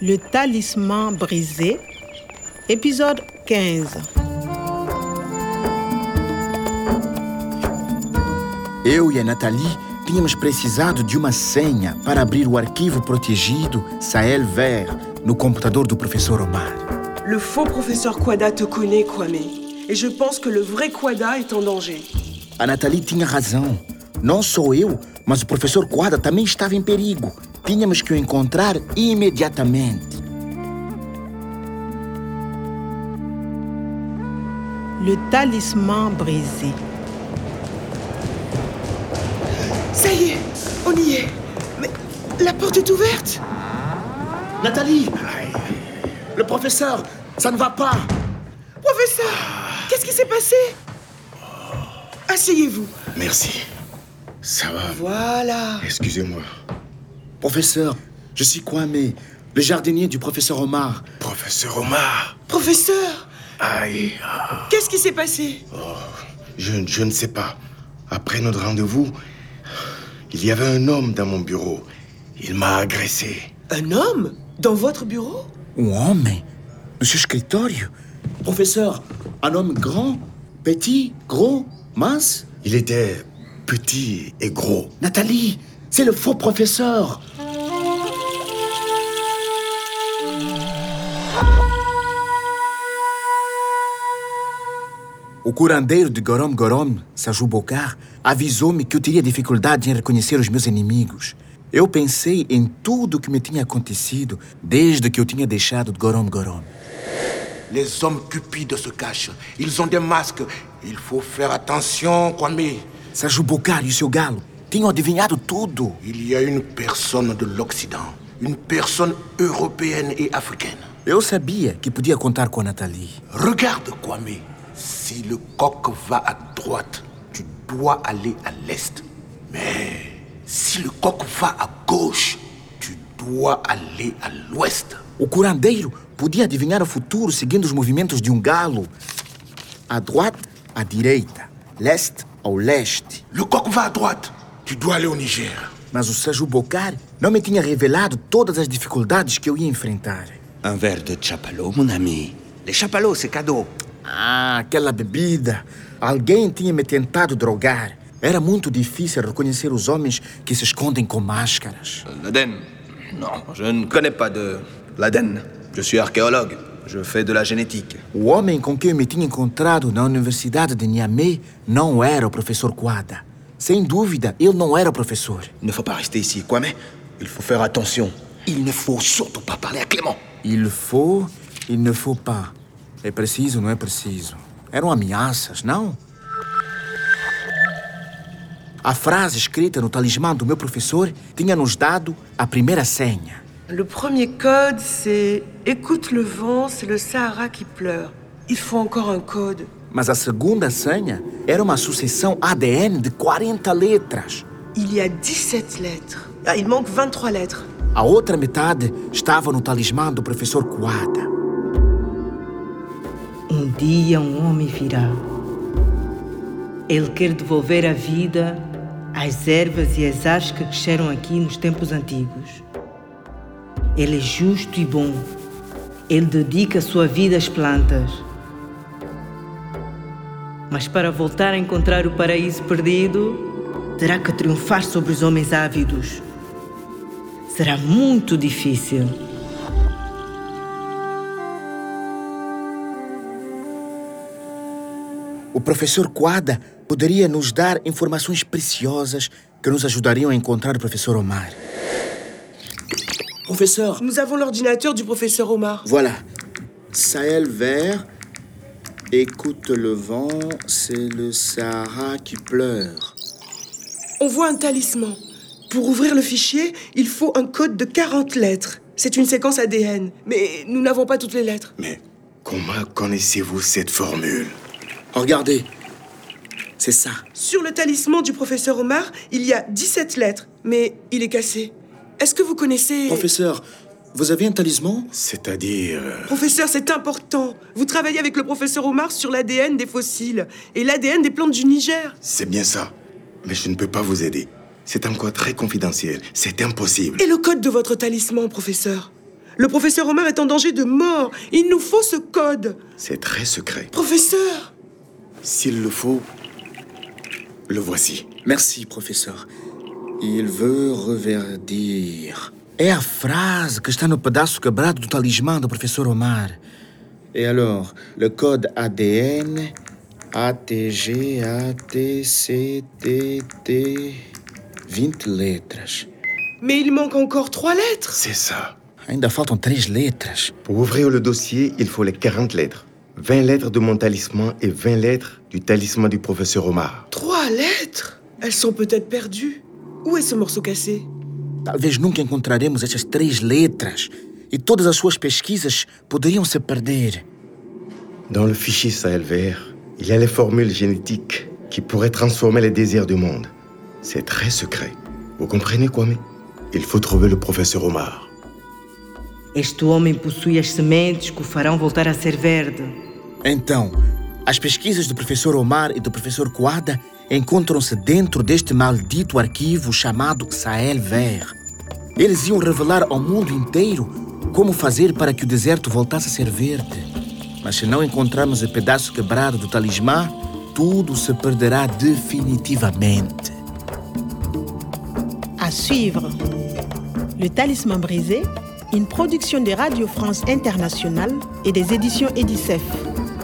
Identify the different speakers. Speaker 1: Le talisman brisé, épisode 15.
Speaker 2: Eu e a Nathalie tínhamos precisado de uma senha para abrir o arquivo protegido Sahel Vert no computador do professor Omar.
Speaker 3: Le faux professeur Quada te connaît, Kwame. Et je pense que le vrai Quada est en danger.
Speaker 2: A Nathalie tinha razão. Não só eu, mas o professor Quadra também estava em perigo. Tínhamos que o encontrar imediatamente.
Speaker 1: Le talisman brisé.
Speaker 3: Ça y est, on y est. Mais la porte est ouverte.
Speaker 4: Nathalie Le professeur, ça ne va pas
Speaker 3: Professeur, qu'est-ce qui s'est passé Asseyez-vous.
Speaker 4: Merci. Ça va
Speaker 3: Voilà.
Speaker 4: Excusez-moi.
Speaker 2: Professeur, je suis Kwame, le jardinier du professeur Omar.
Speaker 4: Professeur Omar
Speaker 3: Professeur,
Speaker 4: Aïe ah.
Speaker 3: qu'est-ce qui s'est passé
Speaker 4: je, je ne sais pas. Après notre rendez-vous, il y avait un homme dans mon bureau. Il m'a agressé.
Speaker 3: Un homme Dans votre bureau
Speaker 2: Um homem? No seu escritório? Professeur, um homem grand, petit, gros, mince?
Speaker 4: Il était petit et gros.
Speaker 2: Nathalie, c'est le faux professeur O curandeiro de Gorom Gorom, Saju Bokar, avisou-me que eu teria dificuldade em reconhecer os meus inimigos. Eu pensei em tudo o que me tinha acontecido desde que eu tinha deixado Gorom Gorom.
Speaker 5: Les hommes cupides se cachent. Ils ont des masques. Il faut faire attention, Kwame.
Speaker 2: Saju Bokar e o seu galo tinham adivinhado tudo.
Speaker 5: Il y a une personne de l'Occident, une personne européenne et africaine.
Speaker 2: Eu sabia que podia contar com a Nathalie.
Speaker 5: Regarde, Kwame. Si le coq va à droite, tu dois aller à l'est. Mais si le coq va à gauche, tu dois aller à l'ouest.
Speaker 2: O curandeiro podia adivinhar o futuro seguindo os movimentos de um galo. À droite, à direita. Leste, ao leste.
Speaker 5: Le coq va à droite, tu dois aller au Niger.
Speaker 2: Mas o Saju Bokar não me tinha revelado todas as dificuldades que eu ia enfrentar.
Speaker 6: Un verre de chapalot, mon ami. Les chapalots, c'est cadeau.
Speaker 2: Ah, aquela bebida! Alguém tinha me tentado drogar. Era muito difícil reconhecer os homens que se escondem com máscaras.
Speaker 7: L'Aden Non, je ne connais pas de l'Aden. Je suis archéologue. Je fais de la génétique.
Speaker 2: O homem com quem eu me tinha encontrado na Universidade de Niamey não era o professor Quada. Sem dúvida, ele não era o professor.
Speaker 7: Il ne faut pas rester ici, Kwame. Il faut faire attention.
Speaker 5: Il ne faut surtout pas parler à Clément.
Speaker 2: Il faut, il ne faut pas. É preciso, não é preciso. Eram ameaças, não? A frase escrita no talismã do meu professor tinha nos dado a primeira senha.
Speaker 3: Le premier code, c'est Écoute le vent, c'est le Sahara qui pleure. Il faut encore un code.
Speaker 2: Mas a segunda senha era uma sucessão ADN de 40 letras.
Speaker 3: Il y a 17 lettres. Ah, il manque 23 lettres.
Speaker 2: A outra metade estava no talismã do professor Coada.
Speaker 8: Um dia um homem virá. Ele quer devolver à vida as ervas e as ás que cresceram aqui nos tempos antigos. Ele é justo e bom. Ele dedica sua vida às plantas. Mas para voltar a encontrar o paraíso perdido, terá que triunfar sobre os homens ávidos. Será muito difícil.
Speaker 2: O professor Quada poderia nos dar informações preciosas que nos ajudariam a encontrar o professor Omar. Professeur,
Speaker 3: Nous avons l'ordinateur du professeur Omar.
Speaker 2: voilà. Sahel vert, écoute le vent, c'est le Sahara qui pleure.
Speaker 3: On voit un talisman. Pour ouvrir le fichier, il faut un code de 40 lettres. C'est une séquence ADN, mais nous n'avons pas toutes les lettres.
Speaker 4: Mais comment connaissez-vous cette formule
Speaker 2: Oh, Regardez, c'est ça.
Speaker 3: Sur le talisman du professeur Omar, il y a 17 lettres, mais il est cassé. Est-ce que vous connaissez...
Speaker 2: Professeur, vous avez un talisman
Speaker 4: C'est-à-dire... euh,
Speaker 3: Professeur, c'est important. Vous travaillez avec le professeur Omar sur l'ADN des fossiles et l'ADN des plantes du Niger.
Speaker 4: C'est bien ça. Mais je ne peux pas vous aider. C'est encore très confidentiel. C'est impossible.
Speaker 3: Et le code de votre talisman, professeur Le professeur Homer est en danger de mort. Il nous faut ce code.
Speaker 4: C'est très secret.
Speaker 3: Professeur
Speaker 4: S'il le faut, le voici.
Speaker 2: Merci, professeur. Il veut reverdir. É a frase que está no pedaço quebrado do talismã do professor Omar. Et alors, le code ADN ATG ATCTT 20 letras.
Speaker 3: Mais il manque encore trois lettres.
Speaker 4: C'est ça.
Speaker 2: Ainda faltam três letras.
Speaker 4: Pour ouvrir le dossier, il faut les 40 lettres. 20 lettres de mon talisman et 20 lettres du talisman du professeur Omar.
Speaker 3: Trois lettres Elles sont peut-être perdues. Où est ce morceau cassé
Speaker 2: Talvez nunca encontraremos essas três letras. E todas as suas pesquisas poderiam se perder.
Speaker 4: Dans le fichier Sahel vert, il y a les formules génétiques qui pourraient transformer les désirs du monde. C'est très secret. Vous comprenez, Kwame Il faut trouver le professeur Omar.
Speaker 8: Este homem possui as sementes que o farão voltar a ser verde.
Speaker 2: Então, as pesquisas do professor Omar e do professor Coada encontram-se dentro deste maldito arquivo chamado Sahel Vert. Eles iam revelar ao mundo inteiro como fazer para que o deserto voltasse a ser verde. Mas se não encontrarmos o pedaço quebrado do talismã, tudo se perderá definitivamente.
Speaker 1: À suivre. Le Talisman brisé, une production de Radio France Internationale et des éditions Edicef.